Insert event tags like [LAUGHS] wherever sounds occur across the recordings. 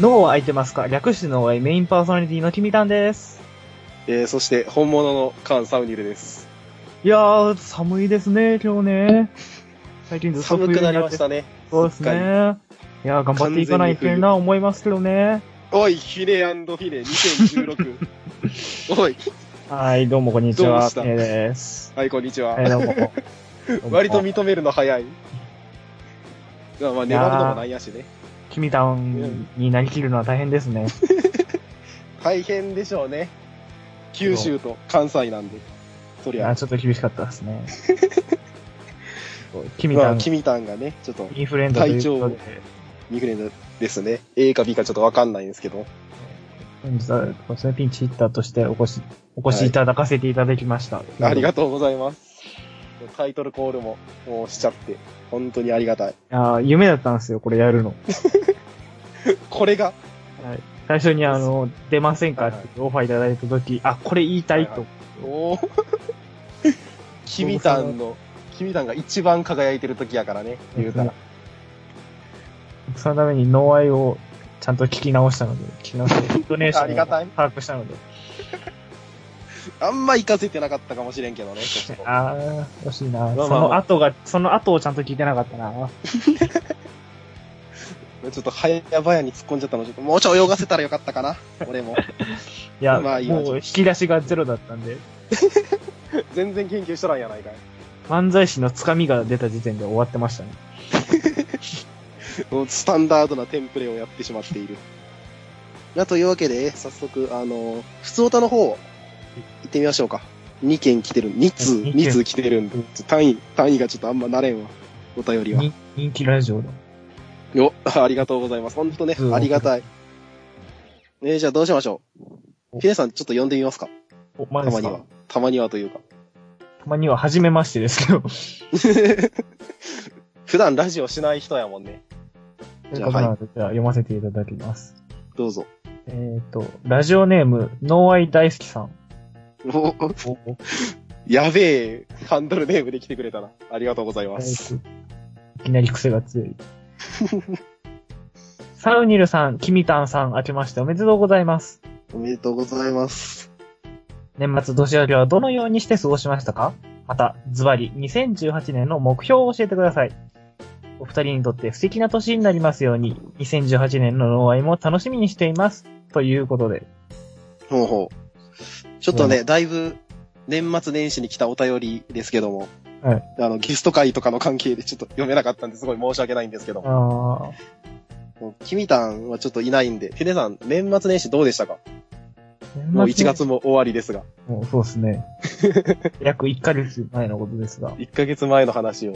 脳は空いてますか略して脳はメインパーソナリティの君たんです。えー、そして、本物のカン・サウニルです。いやー、寒いですね、今日ね。最近ずっと寒くなりましね。たね。そうですね。すっいやー、頑張っていかないといけないな思いますけどね。おい、ヒレフィレ2016。[LAUGHS] おい、はい、どうもこんにちどうはし。たえーです。はい、こんにちえーは。どうも。 [LAUGHS] 割とみ、認めるの早い。まあ、まあ粘るのもなんやしね。君たんになりきるのは大変ですね。大変でしょうね。九州と関西なんで。そいりやー、ゃ。ちょっと厳しかったです [LAUGHS] ね。君またあ、ん、君たんがね、ちょっと、インフルエンザということで、ミグレンですね。A か B かちょっとわかんないんですけど。本日はそうですねピンチヒッターとしてお越し、お越しいただかせていただきました。ありとうがとうございます。タイトルコールも、もうしちゃって、本当にありがたい。いやー夢だったんですよ、これやるの。これが、最初にあの、出ませんかはっいはいてオファーいただいた時、あ、これ言いたいと。おお君たんの、君たんが一番輝いてる時やからね、言うたら。そのために脳愛をちゃんと聞き直したので、聞き直して、イントネーションをありがたい把握したので。あんま活かせてなかったかもしれんけどね、ちょっとあー、惜しいな。まあその後が、その後をちゃんと聞いてなかったな。ちょっと早々に突っ込んじゃったの、ちょっともうちょい泳がせたらよかったかな、俺も。 [LAUGHS] いや、まあいいわもう引き出しがゼロだったんで、全然研究しとらんやないかい。漫才師のつかみが出た時点で終わってましたね。もうスタンダードなテンプレをやってしまっている。なというわけで、早速、あの、普通歌の方、行ってみましょうか。2件来てる、2通、二件2通来てるんで、ちょ単位、単位がちょっとあんまなれんわ。お便りは。人人気ラジオだ。よ、 [LAUGHS] ありがとうございます。ほんとねう、んありがたい。えー、じゃあどうしましょう。おヒデさん、ちょっと呼んでみますか。お、またでますにかは。たまにはというか。たまには、初めましてですけど。普段ラジオしない人やもんね。ということなので、じゃあ読ませていただきます。どうぞ。 [LAUGHS] えっ、と、ラジオネーム、ノーアイ大好きさん。おやべえ、ハンドルネームで来てくれたな。ありがとうございます。いきなり癖が強い。 [LAUGHS] サウニルさん、キミタンさん、明けましておめでとうございます。おめでとうございます。年末年明けはどのようにして過ごしましたかまた、ズバリ、2018年の目標を教えてください。お二人にとって素敵な年になりますように、2018年のノーアイも楽しみにしています。ということで。ほうほう。ちょっとうね、だいぶ、年末年始に来たお便りですけども、はいあの、ゲスト会とかの関係でちょっと読めなかったんですごい申し訳ないんですけども、あ君たんはちょっといないんで、ヒデさん、年末年始どうでしたかーもう1。月も終わりですが、もうそうですね。 [LAUGHS] 約1ヶ月前のことですが。 1ヶ月前の話を。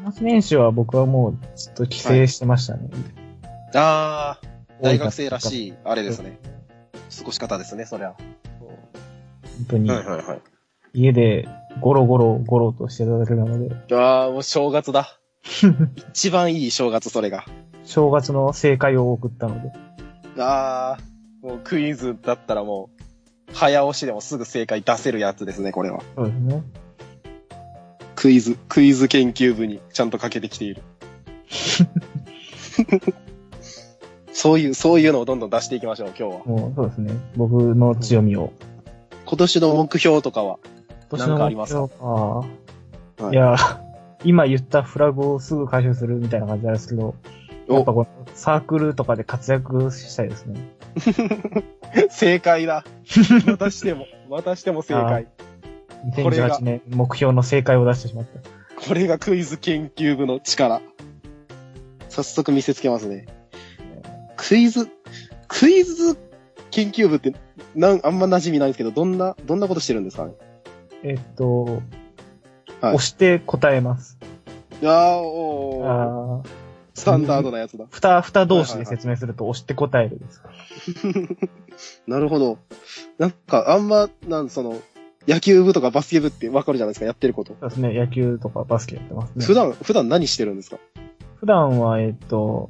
年末年始は僕はもうずっと帰省してましたね。あー、大学生らい。しい、あれですね。過ごし方ですね、そりゃ。本当に、はいはい。家でゴロゴロゴロとしてただけなので、あー、もう正月だ。一番いい正月、それが。正月の正解を送ったので、あー、もうクイズだったらもう、早押しでもすぐ正解出せるやつですね、これは。そうですね。クイズ、クイズ研究部にちゃんとかけてきている。そういう、そういうのをどんどん出していきましょう、今日は。もうそうですね。僕の強みを。今年の目標とかは。今なんかありますか年の目標かはいいや、今言ったフラグをすぐ回収するみたいな感じなんですけど、やっぱお、このサークルとかで活躍したいですね。正解だ。またしても、またしても正解。これが2018年目標の正解を出してしまった。これがクイズ研究部の力。早速見せつけますね。クイズ、クイズ研究部って、なん、あんま馴染みないんですけど、どんな、どんなことしてるんですかねえっと、はい押して答えます。あー、おー、あースタンダードなやつだ。蓋、蓋同士で説明すると押して答えるです。なるほど。なんか、あんま、なん、その、野球部とかバスケ部ってわかるじゃないですか、やってること。そうですね、野球とかバスケやってますね。普段、普段何してるんですか普段は、えっと、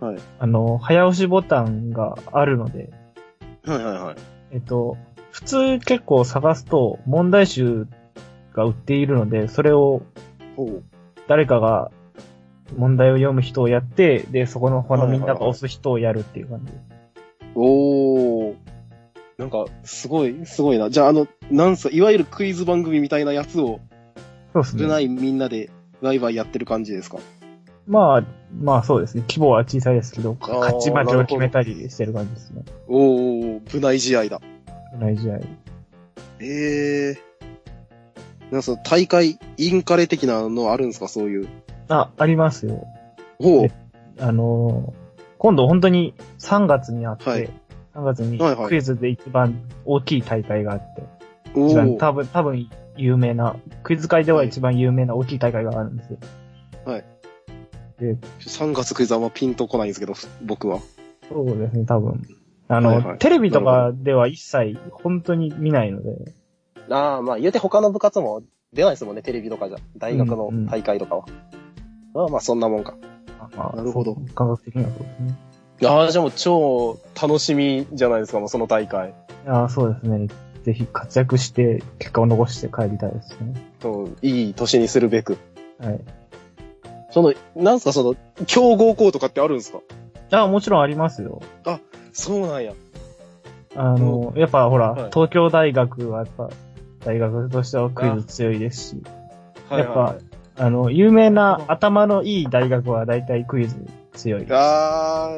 はいあの、早押しボタンがあるので、はいはいはい。えっと、普通結構探すと問題集が売っているので、それをほう。誰かが問題を読む人をやって、で、そこの他のみんながはいはいはい押す人をやるっていう感じ。おー。なんか、すごい、すごいな。じゃあ、あの、なんすか、いわゆるクイズ番組みたいなやつを、そうです少ね。ないみんなで、ワイワイやってる感じですかまあ、まあそうですね。規模は小さいですけど、あー勝ち負けを決めたなるりしてる感じですね。おー、部内試合だ。ない試合。ええー。なんかその大会、インカレ的なのあるんですかそういう。あ、ありますよ。おー。あのー今度本当に3月にあって、はい3月にはいはいクイズで一番大きい大会があって、お一番ー。多分、多分有名な、クイズ界では一番有名な大きい大会があるんですよ。 3月クイズあんまピンとこないんですけど、ふ僕は。そうですね、多分。あの、はいはいテレビとかでは一切本当に見ないので、ああ、まあ言うて他の部活も出ないですもんね、テレビとかじゃ。大学の大会とかは。まあまあそんなもんか。まあなるほど。そう感覚的にはそうですね。ああ、じゃあもう超楽しみじゃないですか、もうその大会。ああ、そうですね。ぜひ活躍して、結果を残して帰りたいですね。うん、いい年にするべく。はい。その、なんすか、その、強豪校とかってあるんですかああ、もちろんありますよ。そうなんや。あの、やっぱほら、はい東京大学はやっぱ、大学としてはクイズ強いですし、はいはいはやいっ。あの、有名な頭のいい大学は大体クイズ強い。あ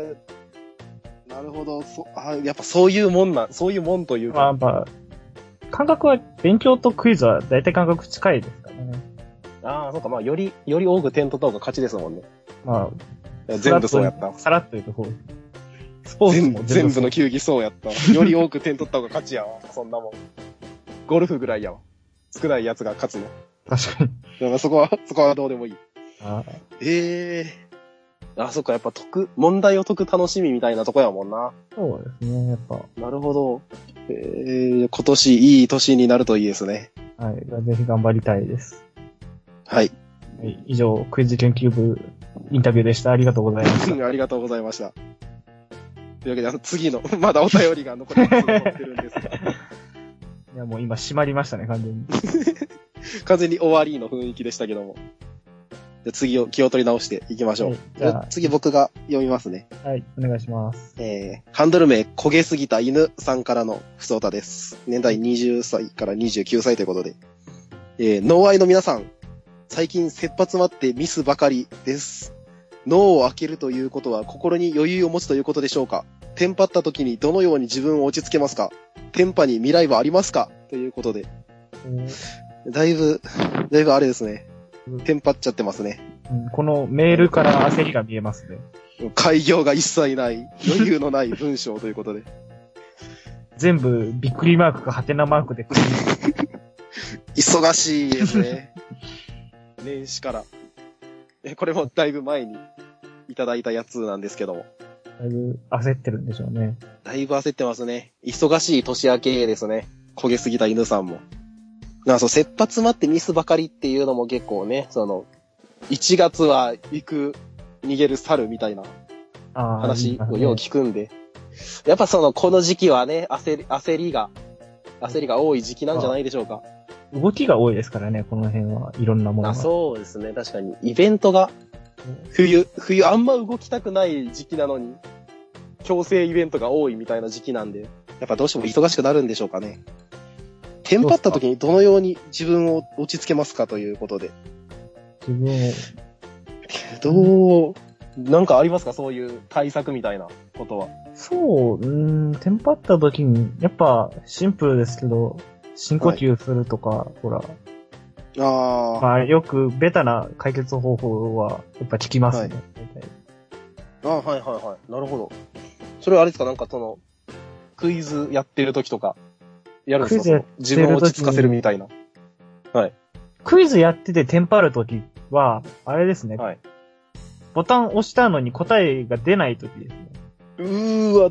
ー。なるほど。そあーやっぱそういうもんなん、そういうもんというまあやか。っぱ、感覚は、勉強とクイズは大体感覚近いですからね。ああ、そうか、まあより、より多く点取った方が勝ちですもんね。まあ、全部そうやった。さらっと言うとこう。スポーツ全も部、全部そうの球技そうやった。より多く点取った方が勝ちやわ。そんなもん。ゴルフぐらいやわ。少ない奴が勝つの。確かに。だからそこは、そこはどうでもいい。あええあ、そっか、やっぱ解く、問題を解く楽しみみたいなとこやもんな。そうですね、やっぱ。なるほど。えー今年いい年になるといいですね。はい。ぜひ頑張りたいです。はい。はい、以上、クイズ研究部インタビューでした。ありがとうございました。 [LAUGHS] ありがとうございました。というわけで、あの、次の、 [LAUGHS] まだお便りが残ります残ってるんです [LAUGHS] が、いや、もう今閉まりましたね、完全に。完全に終わりの雰囲気でしたけども。じゃあ次を気を取り直していきましょう。はいじゃあじゃあ次僕が読みますね。はい、お願いします。えー、ハンドル名、焦げすぎた犬さんからの不相たです。年代20歳から29歳ということで。えー、脳愛の皆さん、最近切羽詰まってミスばかりです。脳を開けるということは心に余裕を持つということでしょうかテンパった時にどのように自分を落ち着けますかテンパに未来はありますかということで。だいぶ、だいぶあれですねうん。テンパっちゃってますね。うんこのメールから焦りが見えますね。開業が一切ない、余裕のない文章ということで。全部、びっくりマークかハテナマークで、忙しいですね。 [LAUGHS] 年始から。え、これもだいぶ前にいただいたやつなんですけども。だいぶ焦ってるんでしょうね。だいぶ焦ってますね。忙しい年明けですね。焦げすぎた犬さんも。なんかそう、切羽詰まってミスばかりっていうのも結構ね、その、1月は行く、逃げる猿みたいなああ。話をよう聞くんで。やっぱその、この時期はね、焦り、焦りが、焦りが多い時期なんじゃないでしょうか。動きが多いですからね、この辺はいろんなものが。あ、そうですね。確かに。イベントが、冬、冬あんま動きたくない時期なのに、強制イベントが多いみたいな時期なんで。やっぱどうしても忙しくなるんでしょうかね。テンパった時にどのように自分を落ち着けますかということで。自分を、どう、なんかありますかそういう対策みたいなことは。そう、うーん、テンパった時に、やっぱシンプルですけど、深呼吸するとか、ほら、あーまあよくベタな解決方法は、やっぱ聞きますね。大体あはいはいはい。なるほど。それはあれですかなんかその、クイズやってる時とか、やるんですかクイズやってその自分を落ち着かせるみたいな。クイズやっててテンパる時は、あれですね、はいボタン押したのに答えが出ない時ですね。うーわ、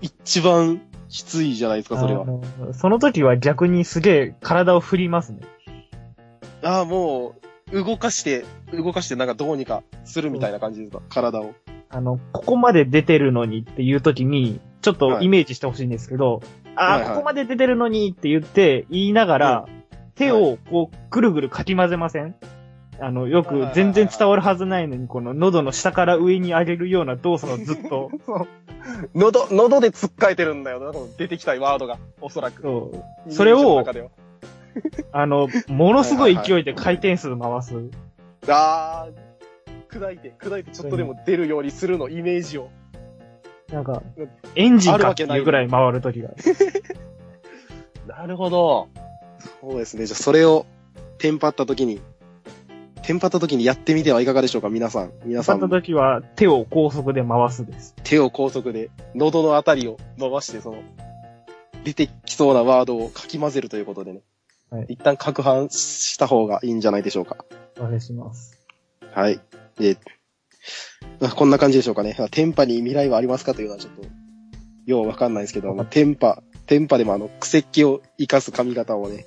一番きついじゃないですか、それはあ。のその時は逆にすげえ体を振りますね。ああ、もう、動かして、動かしてなんかどうにかするみたいな感じですか、体を。あの、ここまで出てるのにっていう時に、ちょっとはいイメージしてほしいんですけど、ああ、はいはいここまで出てるのにって言って、言いながら、手をこう、ぐるぐるかき混ぜません、あの、よく全然伝わるはずないのに、この喉の下から上に上げるような動作をずっ [LAUGHS] と、喉、喉でつっかえてるんだよな、その出てきたいワードが、おそらく。そうそれイメージのを中、ではあの、ものすごい勢いで回転数回す。あー、砕いて、砕いてちょっとでも出るようにするの、イメージを。なんか、エンジンかっていうぐらい回るときが。なるほど。そうですね。じゃあ、それを、テンパった時に、テンパった時にやってみてはいかがでしょうか、皆さん。皆さ当たったん、ときは手を高速で回すです。手を高速で、喉のあたりを、伸ばして、その、出てきそうなワードをかき混ぜるということでね。はい一旦攪拌した方がいいんじゃないでしょうか。お願いします。はい。で、まあこんな感じでしょうかね。まあテンパに未来はありますかというのはちょっと、ようわかんないですけど、まあ、テンパ、テンパでもあの、クセッキを活かす髪型をね、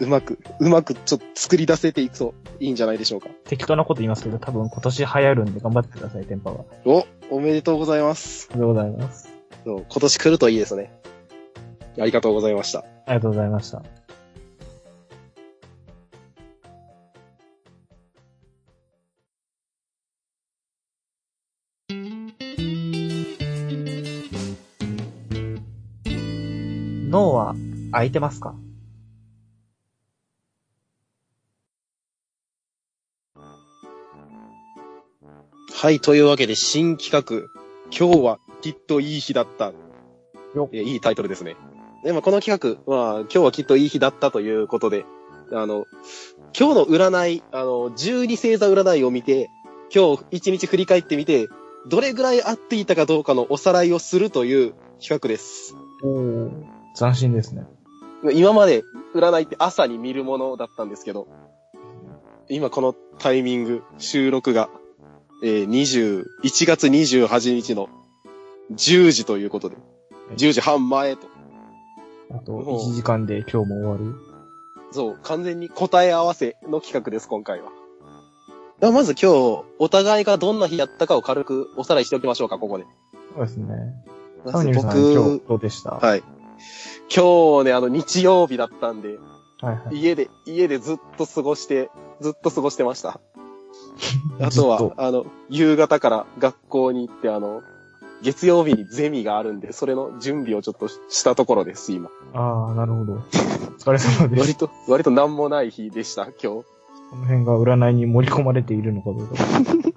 うまく、うまくちょっと作り出せていくといいんじゃないでしょうか。適当なこと言いますけど、多分今年流行るんで頑張ってください、電波は。あお、おめでとうございます。りがとうございます。そう今年来るといいですね。ありがとうございました。ありがとうございました。脳は空いてますかはい、というわけで新企画、今日はきっといい日だったよっ。えいいタイトルですね。でもこの企画は、今日はきっといい日だったということで、あの、今日の占い、あの、12星座占いを見て、今日一日振り返ってみて、どれぐらい合っていたかどうかのおさらいをするという企画です。おお。斬新ですね。今まで占いって朝に見るものだったんですけど、今このタイミング、収録が、えー、20 1月28日の10時ということで、10時半前と、あと、おー1時間で今日も終わる。そう、完全に答え合わせの企画です、今回は。ではまず今日、お互いがどんな日やったかを軽くおさらいしておきましょうか、ここで。そうですね。まサムずニルさん、今日僕、どうでしたははい。今日ね、あの、日曜日だったんで、いはい。家で、家でずっと過ごして、ずっと過ごしてました。あとずっは、あの、夕方から学校に行って、あの、月曜日にゼミがあるんで、それの準備をちょっとしたところです、今。ああ、なるほど。お疲れ様で割す。と、割と何もない日でした、今この辺が占いに盛り込まれているのかどうか。日。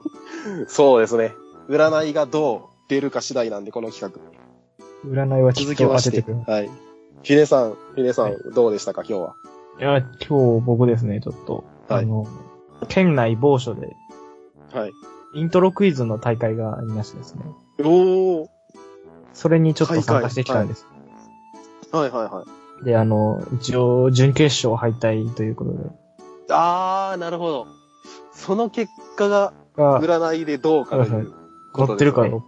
そうですね。占いがどう出るか次第なんで、この企画。占いはき続っきとま当してて、てくる。いはい。ヒネさん、ヒネさん、はいどうでしたか、今日は。や、今日僕ですね、ちょっと、はいあの、県内某所で、はい。イントロクイズの大会がありましてですね。おー。それにちょっと大会参加してきたんです。はいはいはい。で、あの、一応、準決勝敗退ということで。あー、なるほど。その結果が、が、占いでどうかと。はいいう乗ってるかどうか。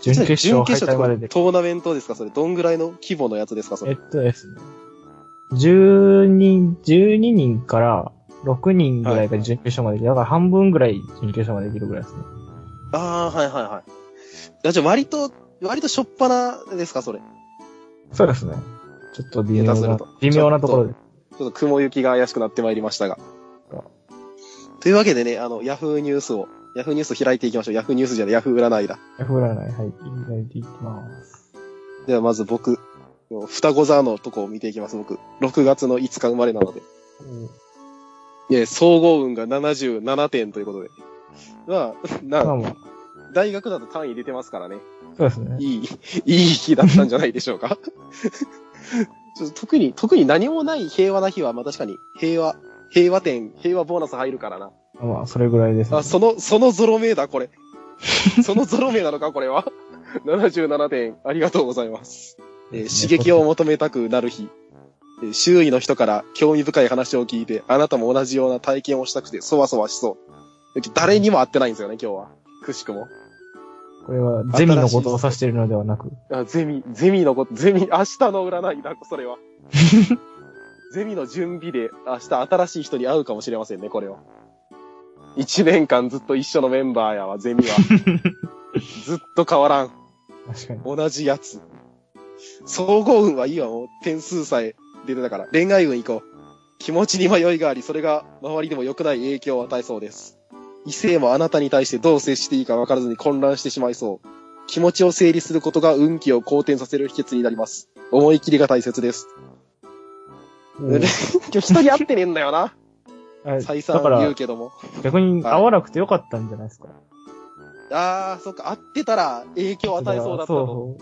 準決勝敗退までで。トーナメントですかそれ、どんぐらいの規模のやつですかそえっれ。とですね。10人、12人から6人ぐらいが準決勝まで、だから半分ぐらい準決勝までできるぐらいですね。ああ、はいはいはい。あじゃあ割と、割としょっぱなですかそれ。ちそうですね。ちょっと微妙下手すなると、微妙なところで。ょっと雲行きが怪しくなってまいりましたがあ。というわけでね、あの、ヤフーニュースを、ヤフーニュース開いていきましょう。ヤフーニュースじゃない、ヤフー占いだ。 F 占い、はい、いいていきます。ではまず僕、双子座のとこを見ていきます、僕。6月の5日生まれなので。え、総合運が77点ということで。まあ、まな、あまあ、大学だと単位出てますからね。そうですね。いい、いい日だったんじゃないでしょうか。 [LAUGHS] ちょっと特に、特に何もない平和な日は、まあ確かに、平和、平和点、平和ボーナス入るからな。まあ、それぐらいですねあ、。その、そのゾロ目だ、こ [LAUGHS] れ。そのゾロ目なのか、これは。77点、ありがとうございます。えー刺激を求めたくなる日。えー周囲の人から興味深い話を聞いて、あなたも同じような体験をしたくて、そわそわしそう。誰にも会ってないんですよね、今日は。くしくも。これは、ゼミのことを指しているのではなく、あ、ゼミ、ゼミのこと、ゼミ、明日の占いだ、それは。ゼミの準備で明日新しい人に会うかもしれませんね、これは。一年間ずっと一緒のメンバーやわ、ゼミは。ずっと変わらん。確かに。同じやつ。総合運はいいわ、もう点数さえ出てたから。恋愛運行こう。気持ちに迷いがあり、それが周りでも良くない影響を与えそうです。異性もあなたに対してどう接していいか分からずに混乱してしまいそう。気持ちを整理することが運気を好転させる秘訣になります。思い切りが大切です。うん今日人に会ってねえんだよな。はい再だ三か言らう、けども。逆に会わなくてよかったんじゃないですか。あー、そっか、会ってたら影響を与えそうだったと。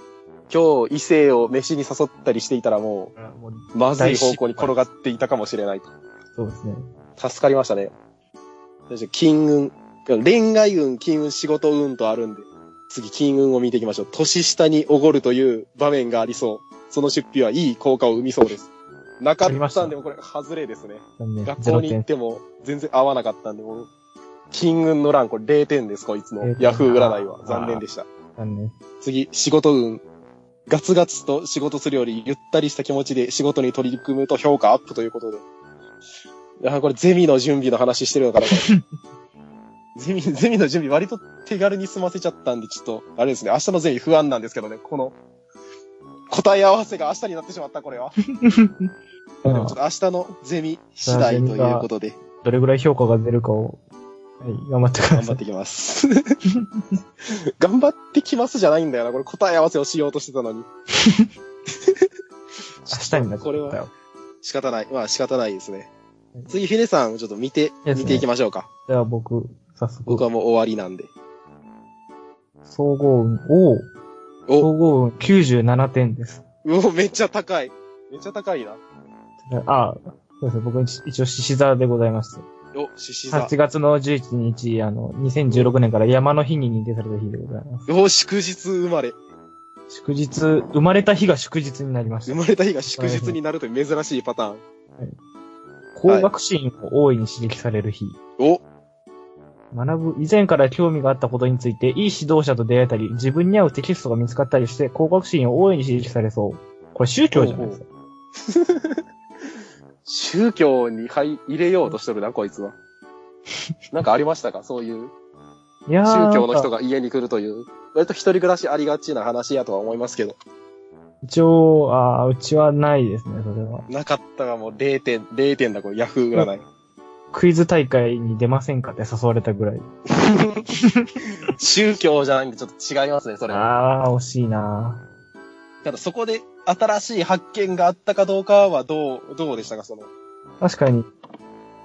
そ今日異性を飯に誘ったりしていたらもう。もうう、まずい方向に転がっていたかもしれない。そうですね。助かりましたね。そして金運。恋愛運、金運、仕事運とあるんで。次、金運を見ていきましょう。年下におごるという場面がありそう。その出費はいい効果を生みそうです。なかありまっしたたんで、もうこれ、外れですね。残念。学校0に行っ点。ても全然合わなかったんで、もう、金運の欄、これ0点です、こいつの0。点ヤフー占いは。残念でした。残念。次、仕事運。ガツガツと仕事するよりゆったりした気持ちで仕事に取り組むと評価アップということで。いや、これゼミの準備の話してるのかな、これ [LAUGHS] ゼミ、ゼミの準備割と手軽に済ませちゃったんで、ちょっと、あれですね、明日のゼミ不安なんですけどね、この、答え合わせが明日になってしまった、これは。でもちょっと明日のゼミ次第ということで、どれぐらい評価が出るかを、はい、頑張ってくだ頑さ張っい。てきます。 [LAUGHS] 頑張ってきますじゃないんだよな、これ答え合わせをしようとしてたのに。明日になっちこれゃったはよ。仕方ない。まあ仕方ないですねはい。次、ヒデさん、ちょっと見て、ですね見ていきましょうか。では僕、早速僕、はもう終わりなんで。総合運、おうお、総合運97点です。うお、めっちゃ高い。めっちゃ高いな。あ、そうですね。僕一応獅子座でございます。お、獅子座8。月の11日、あの、2016年から山の日に認定された日でございます。お、祝日生まれ。祝日、生まれた日が祝日になりまし生た。まれた日が祝日になるという珍しいパターン。工学心を大いに刺激される日。お、学ぶ以前から興味があったことについて、いい指導者と出会えたり、自分に合うテキストが見つかったりして、工学心を大いに刺激されそう。これ宗教じゃないですか。宗教に入入れようとしとるな、こいつは。なんかありましたかそういう、いやー宗教の人なんかが家に来るという。割と一人暮らしありがちな話やとは思いますけど。一応、ああ、うちはないですね、それは。なかったがもう0点、0点だ、これ、ヤフー占い。 [LAUGHS] クイズ大会に出ませんかって誘われたぐらい。宗教じゃないんでちょっと違いますね、それは。ああ、惜しいなただそこで新しい発見があったかどうかはどう、どうでしたか、その。ー確かに、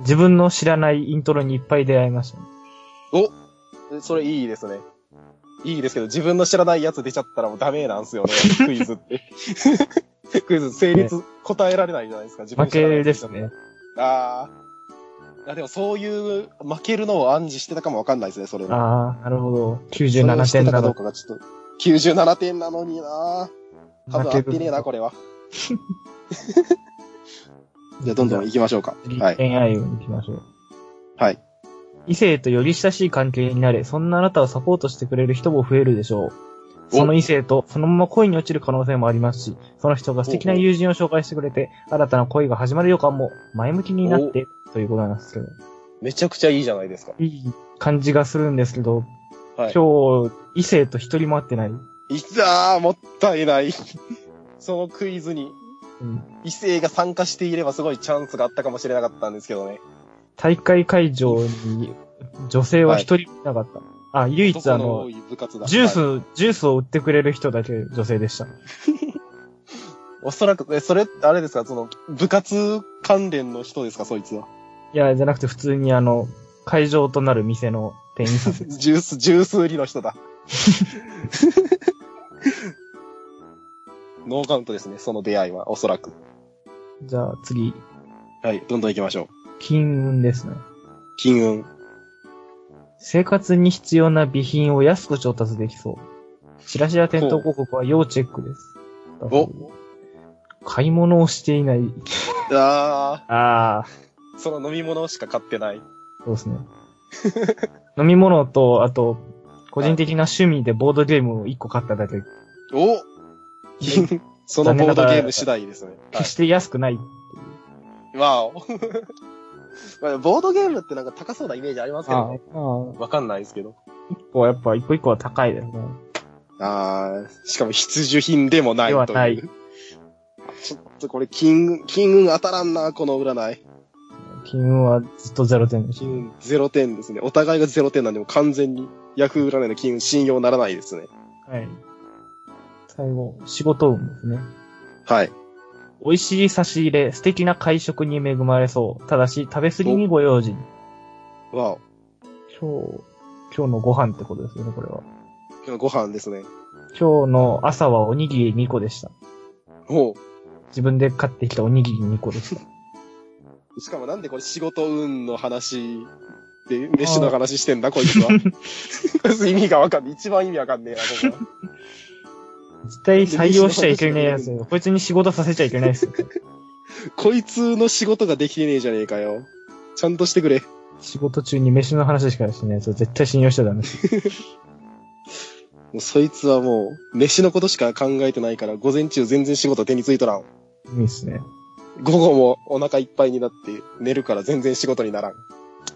自分の知らないイントロにいっぱい出会いましたね。えそれいいですね。いいですけど、自分の知らないやつ出ちゃったらもうダメなんすよ [LAUGHS] ね、クイズって。 [LAUGHS] クイズ成立、答えられないじゃないですか、自分負の知らないけやつ出でちゃすったらね。。あーあ。でもそういう負けるのを暗示してたかもわかんないですね、それは。ああ、なるほど。それを97して点ただかどうと。かがちょっと。97点なのにな多分合ってねえな、これは。じゃあ、どんどん行きましょうか。はい。恋愛運に行きましょう。はい。異性とより親しい関係になれ、そんなあなたをサポートしてくれる人も増えるでしょう。おその異性とそのまま恋に落ちる可能性もありますし、その人が素敵な友人を紹介してくれて、新たな恋が始まる予感も前向きになって、ということなんですけど。めちゃくちゃいいじゃないですか。いい感じがするんですけど、はい今日、異性と一人も会ってない。いざー、もったいない。そのクイズにうん異性が参加していればすごいチャンスがあったかもしれなかったんですけどね。大会会場に女性は一人もいなかった。あ、唯一あ男のの多、い部活だ。ジュース、はいジュースを売ってくれる人だけ女性でした。おそらく、え、それ、あれですか、その、部活関連の人ですか、そいつは。いや、じゃなくて普通にあの、会場となる店の店員さんです。 [LAUGHS] ジュース、ジュース売りの [LAUGHS] 人だ。ノーカウントですね、その出会いは、おそらく。じゃあ次、はい、どんどん行きましょう。金運ですね。金運。生活に必要な備品を安く調達できそう。チラシや店頭広告は要チェックです。お買い物をしていない。あああ、ー、その飲み物しか買ってない。そうですね。 [LAUGHS] 飲み物と、あと、個人的な趣味でボードゲームを1個買っただけ。お金そのボードゲーム次第 [LAUGHS] ですね。は決して安くない。い。わお。 [LAUGHS] まあボードゲームってなんか高そうなイメージありますけどね。 1わかんないですけど。個はやっぱ1個1個は高いですね。あー、しかも必需品でもないという。ではないちょっとこれ金、金運当たらんな、この占い。金運はずっと0点です。金運0点ですね。お互いが0点なんで、もう完全にヤフー占いの金運信用ならないですね。はい。最後、仕事運ですね。はい。美味しい差し入れ、素敵な会食に恵まれそう。ただし、食べ過ぎにご用心。わお。今日、今日のご飯ってことですよね、これは。今日のご飯ですね。今日の朝はおにぎり2個でした。おう。自分で買ってきたおにぎり2個でした。しかもなんでこれ仕事運の話で、飯の話してんだ、こいつは。 [LAUGHS] 意味がわかんねえ。一番意味わかんねえな、ここは。絶対採用しちゃいけないやつよ。 [LAUGHS] こいつに仕事させちゃいけないですよ。こいつの仕事ができてねえじゃねえかよ。ちゃんとしてくれ。仕事中に飯の話しかしないやつは絶対信用しちゃダメです。もうそいつはもう、飯のことしか考えてないから、午前中全然仕事手についとらん。いいですね。午後もお腹いっぱいになって寝るから全然仕事にならん。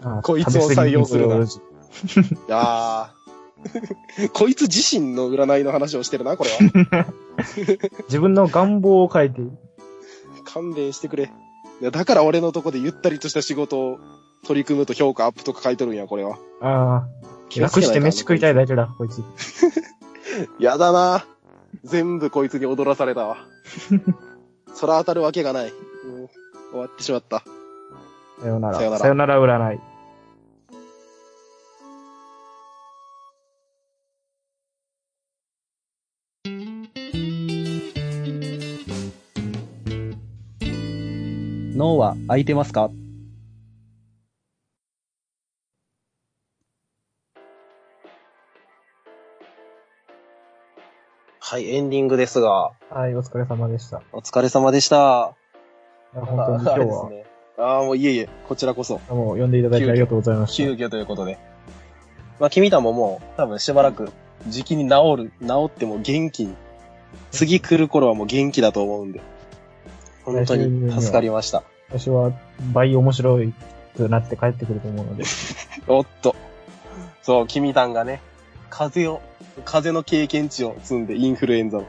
ああこいつを採用するな。食べ過ぎにご用心ああ。 [LAUGHS] こいつ自身の占いの話をしてるな、これは。自分の願望を変えている。勘弁してくれ。いやだから俺のとこでゆったりとした仕事を取り組むと評価アップとか書いとるんや、これは。ああ。楽して飯食いたいだけだ、こいつ。やだな。全部こいつに踊らされたわ。 [LAUGHS] そら当たるわけがない。もう終わってしまった。さよなら。さよならさよなら占い。脳は空いてますかはい、エンディングですが、はい、お疲れ様でした。いお疲れ様でした。や本当に今あ日れですは、ね。ああ、もういえいえ、こちらこそ。もう呼んでいただきありがとうございまし急遽ということで。まあ、君たももう、多分しばらく、時期に治る、治っても元気に。次来る頃はもう元気だと思うんで。本当に助かりました。た。私は倍面白いくなって帰ってくると思うので。おっと。そう、君たんがね、風邪を、風邪の経験値を積んでインフルエンザを。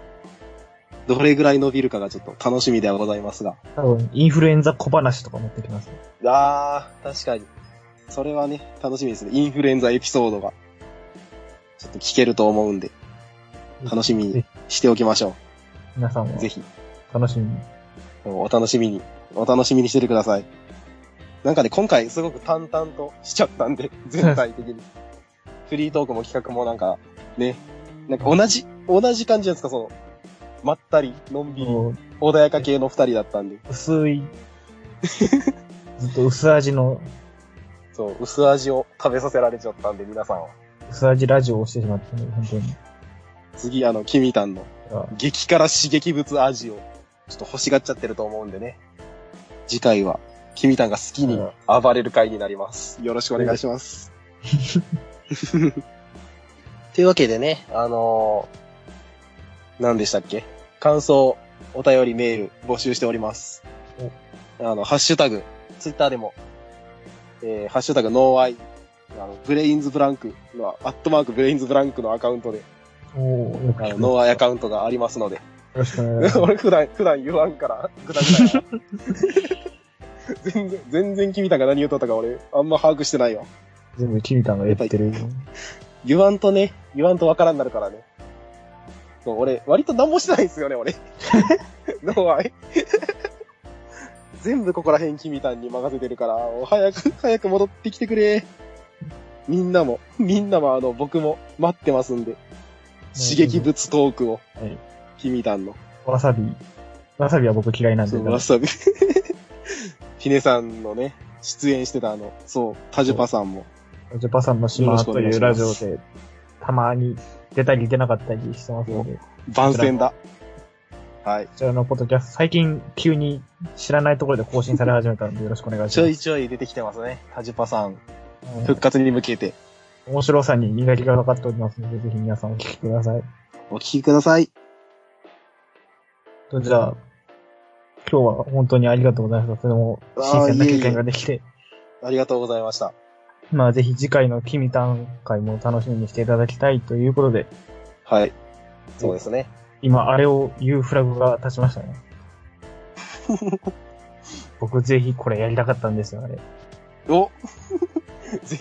どれぐらい伸びるかがちょっと楽しみではございますが。多分、インフルエンザ小話とか持ってきます。あー、確かに。それはね、楽しみですね。インフルエンザエピソードが。ちょっと聞けると思うんで、楽しみにしておきましょ皆さんもう。ぜひ、楽しみに。お楽しみに、お楽しみにしててください。なんかね、今回すごく淡々としちゃったんで、全体的に。フリートークも企画もなんか、ね、なんか同じ、同じ感じなんですか、その、まったり、のんびり、もう穏やか系の二人だったんで、薄い、 [LAUGHS] ずっと薄味の、そう、薄味を食べさせられちゃったんで、皆さんは。薄味ラジオをしてしまったので、本当に。で次、あの、キミタンのは激辛刺激物味を、ちょっと欲しがっちゃってると思うんでね。次回は、キミタンが好きに暴れる回になります。よろしくお願いします。 [LAUGHS] というわけでね、あのー、何でしたっけ感想、お便り、メール、募集しております。あの、ハッシュタグ、ツイッターでも、えー、ハッシュタグ、ノーアイ、あの、ブレインズブランクの、アットマークブレインズブランクのアカウントで、おーよく [LAUGHS] あ聞の、くノよーアイアカウントがありますので、ろしくお願いしま [LAUGHS] 俺普段、普段言わんから、ぐだぐだや [LAUGHS] 全然、全然君たが何言うとったか俺、あんま把握してないわ。 [LAUGHS] す。全部、キミタンが言ってる。言わんとね、言わんとわからんなるからね。そう、俺、割と何もしてないんですよね、俺。 [LAUGHS] ノアイ。 [LAUGHS] 全部ここら辺君たんに任せてるから、もう早く、早く戻ってきてくれ。みんなも、みんなもあの、僕も待ってますんで、刺激物トークをはい、君たんの。わさび。わさびは僕嫌いなんでそう、。わ [LAUGHS] さび。ひねさんのね、出演してたあの、そう、タジュパさんも、ジャパさんのよろ島しくおと願いいしうまラすジオで、たまに出たり出なかったりしてますので、こ番宣だ。はい。ちらのポッドキャスト、最近急に知らないところで更新され始めたのでよろしくお願いしちょまいちょい出てきてますね。タジパさん、す。う復ん活に向けて、面白さに磨きがかかっておりますので、ぜひ皆さんお聞きください。お聞きください。とじゃあ、今日は本当にありがとうございました。とても新鮮な経験ができて、ありがとうございました。まあぜひ次回のキミタン会も楽しみにしていただきたいということで、はい。そうですね。 [LAUGHS] 今あれを言うフラグが立ちましたね。僕ぜひこれやりたかったんですよ、あれ。お [LAUGHS] ぜ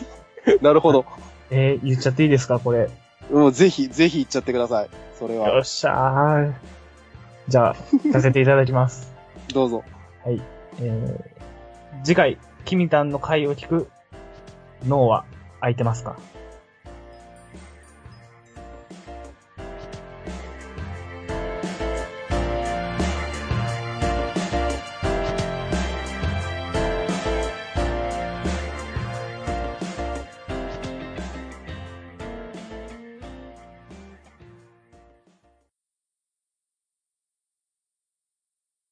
ひ、なるほど。えー、言っちゃっていいですか、これ。もうぜひ、ぜひ行っちゃってください。それは。よっしゃー。じゃあ、させていただき [LAUGHS] ます。どうぞ。えー、次回、キミタンの回を聞く脳は空いてますか